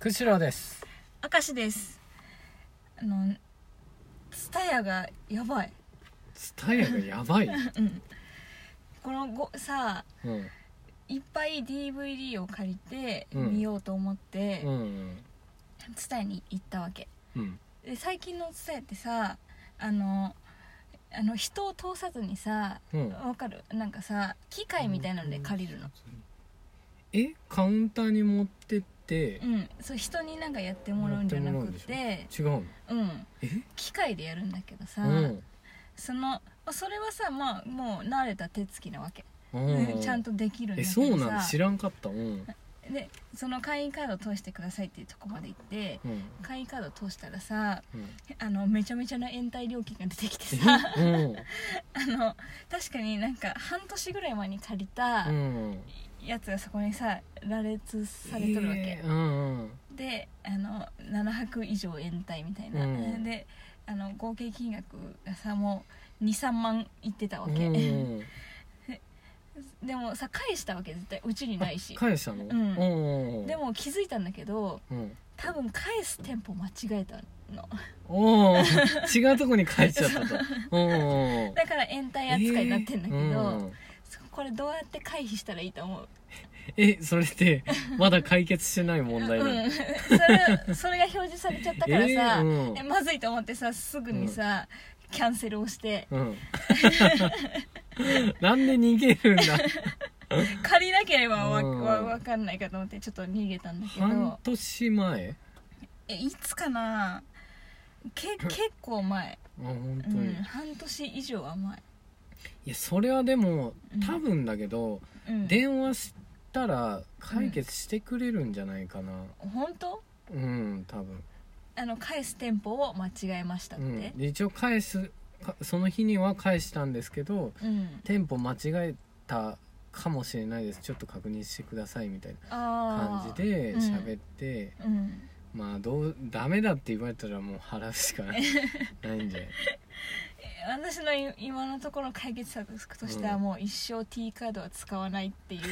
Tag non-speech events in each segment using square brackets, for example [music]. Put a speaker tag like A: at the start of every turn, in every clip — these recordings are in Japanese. A: 釧路です
B: 明石ですあのツタヤがやばい
A: ツタヤがやばい、
B: うんこのごさ
A: うん、
B: いっぱい DVD を借りて
A: うん
B: 見ようと思って、
A: うんうん
B: ツタヤに行ったわけ
A: うん
B: で最近のツタヤってさあのあの人を通さずにさ
A: うん
B: わかるなんかさ機械みたいなので借りるの
A: えカウンターに持ってって
B: う、んそう人になんかやってもらうんじゃなくて
A: 違うの
B: うん
A: え
B: 機械でやるんだけどさ、
A: うん
B: そのまあそれはさまあもう慣れた手つきなわけ、
A: う
B: うんちゃんとできるんだ
A: え
B: けどさ
A: そうなの知らんかったうん
B: でその会員カードを通してくださいっていうとこまで行って
A: うん
B: 会員カードを通したらさ
A: うん
B: あのめちゃめちゃな延滞料金が出てきてさ
A: えうん
B: あの確かになんか半年ぐらい前に借りた
A: うん
B: やつがそこにさ羅列されとるわけ、
A: えーうんうん
B: であの7泊以上延滞みたいな、
A: うん
B: であの合計金額がさもう23万いってたわけ、
A: うんうん
B: でもさ返したわけ絶対うちにないし
A: 返したの
B: ん
A: うんうん
B: でも気づいたんだけど
A: うん
B: 多分返す店舗間違えたの
A: おお違うとこに返っちゃ
B: [laughs]
A: ったとうんうんうん
B: だから延滞扱いになってんだけど、
A: えーうん
B: そこれどうやって回避したらいいと思う
A: えそれってまだ解決してない問題なの
B: うん、それそれが表示されちゃったからさ、
A: えーうん
B: えまずいと思ってさすぐにさ、キャンセルをして
A: うん。 [laughs] なんで逃げ
B: [laughs]
A: るんだ。
B: 借りなければわ,、
A: うん
B: わわかんないかと思ってちょっと逃げたんだけ
A: 半
B: ど
A: 年前。
B: えいつかなけ結構前、
A: あ、本
B: う
A: 当に。
B: ん、
A: い
B: 半年以上は前、
A: や、それはでも
B: うん、
A: 多分だけど、
B: うん、
A: 電話したら解決してくれるんじゃないかな。
B: 本当
A: うん、多分。
B: あの返す店舗を間違えましたっ
A: う
B: て、
A: ん、で一応返す。かその日には返したんですけど、
B: うん、
A: 店舗間違えた。かもしれないですちょっと確認してくださいみたいな
B: あ
A: 感
B: ー
A: じで
B: あー
A: 喋って、
B: うん、
A: まあどうダメだって言われたらもう払うしか
B: [laughs]
A: ないないんじゃない
B: 私のい今のところの解決策として
A: う
B: は
A: ん
B: もう一生 T カードは使わないっていう
A: [laughs]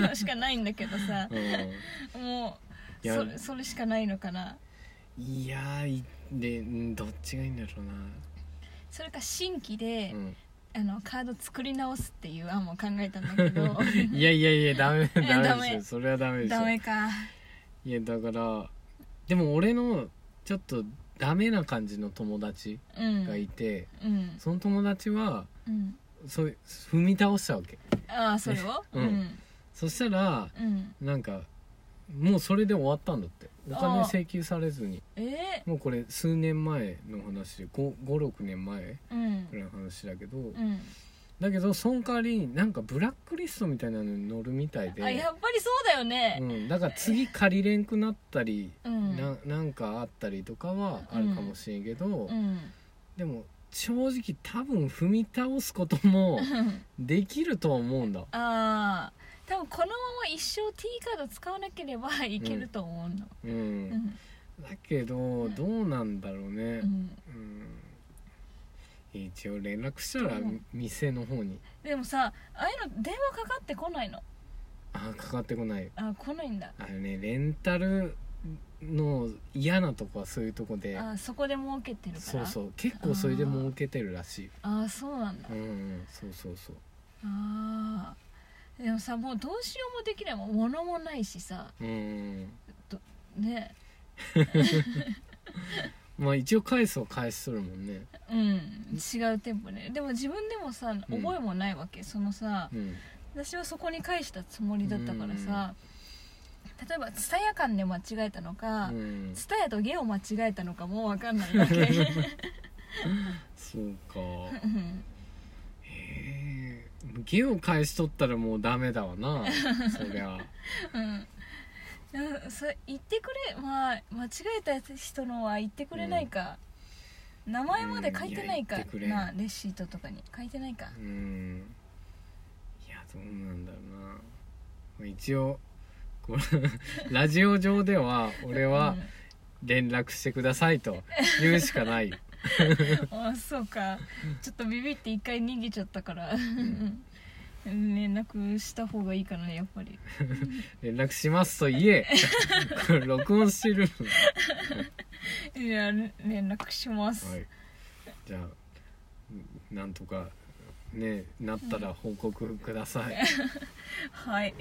B: のしかないんだけどさ
A: うん
B: も
A: い
B: う
A: や
B: それそれしかないのかない
A: やーいでうんどっちがいいんだろうな、
B: それか新規で
A: う、ん、
B: あのカード作り直すっていう案も考えたんだけ
A: [laughs]
B: ど
A: いやいやいやダメダ
B: えダ
A: メでし
B: メ
A: ょそれはダメでしょ
B: ダメか
A: いやだからでも俺のちょっとダメな感じの友達
B: うん
A: がいて、
B: うん
A: その友達は
B: うん
A: そういう踏み倒したわけ
B: ああそれを
A: うんそしたら
B: うんうん
A: なんかもうそれで終わったんだってお金
B: あー
A: 請求されずに
B: え
A: もうこれ数年前の話で56年前
B: ー、うん
A: ぐらいの話だけど、
B: う
A: だけどその代わりになんかブラックリストみたいなのに載るみたいで
B: んあやっぱりそうだよね
A: うん、だから次借りれんくなったり、
B: うん
A: ななんかあったりとかはあるかもしれんけど、
B: うん
A: でも正直多分踏み倒すこと
B: [laughs]
A: もできるとは思うんだ
B: ああ多分このまま一生 T カード使わなければいけると思うの、
A: うん、
B: うん
A: だけどどうなんだろうね
B: う、ん、
A: うん一応連絡したら
B: うん
A: 店の方に
B: でもさああいうの電話かかってこないの
A: あーかかってこない
B: あ来ないんだ
A: あのねレンタルの嫌なとこはそういうとこで
B: あそこで儲けてるか
A: そう
B: ら
A: そう結構それで儲けてるらしい
B: あそうなんだ
A: うんうんそうそうそう
B: あーでもさもうどうしようもできないもん物もないしさ
A: うんうん
B: ね
A: まあ一応返すは返しとるもんね
B: うん違う店舗ねでも自分でもさ
A: うん
B: 覚えもないわけ、そのさ
A: うん
B: 私はそこに返したつもりだったからさ、例えば蔦屋間で間違えたのか、
A: うん
B: ツタヤとゲを間違えたのかもわかんないわけ
A: そうか
B: うん
A: へえゲを返しとったらもうダメだわなそりゃ
B: うんうんそれ言ってくれまあ間違えた人のは言ってくれないか、名前まで書いてないか
A: うんいや言ってくれん
B: なレシートとかに書いてないか
A: うんいやどうなんだろうなまあ一応これラジオ上では俺は連絡してくださいと言うしかないよ
B: うんあそうかちょっとビビって一回逃げちゃったから、 [laughs] 連絡した方がいいかなやっぱり
A: 連絡しますと言えこれ録音してる
B: いや連絡します、
A: はいじゃあんなんとかねなったら報告ください、
B: は
A: は
B: い
A: い